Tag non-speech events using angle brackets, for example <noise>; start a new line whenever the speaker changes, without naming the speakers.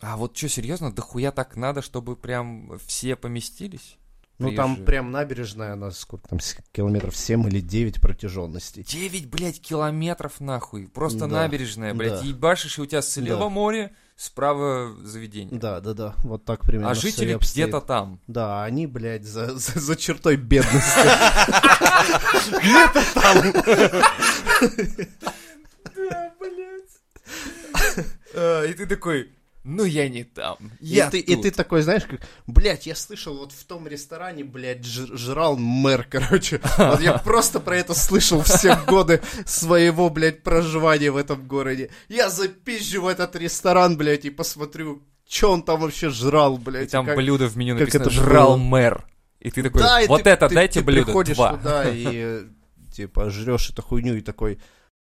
А вот что, серьезно, дохуя так надо, чтобы прям все поместились?
Ну, там
Приезжие.
прям набережная, она сколько там, с- километров 7 или 9 протяженностей.
9, блядь, километров нахуй. Просто
Да.
набережная, блядь.
Да.
Ебашишь, и у тебя слева
Да.
море, справа заведение.
Да, да, да, вот так примерно.
а
всё и
жители
обстоит.
где-то там.
Да, они, блядь, за, <laughs> за, за чертой бедности.
Да, блядь. <laughs> Э, И ты такой, ну я не там. <laughs>
И
Я
ты, и ты
тут».
такой, знаешь, как, блядь, я слышал, вот в том ресторане, блядь, ж- жрал мэр, <laughs> короче.
<laughs>
Вот я просто про это слышал все годы своего, блядь, проживания в этом городе. Я запизжу в этот ресторан, блядь, и посмотрю, что он там вообще жрал,
И
блядь.
там
как-
блюдо в меню
как
написано
это
«Жрал
было?
мэр». И ты такой,
Да, и
вот
ты-
это
ты-
дайте
ты
блюдо,
приходишь
два.
туда и э, типа жрешь эту хуйню и такой,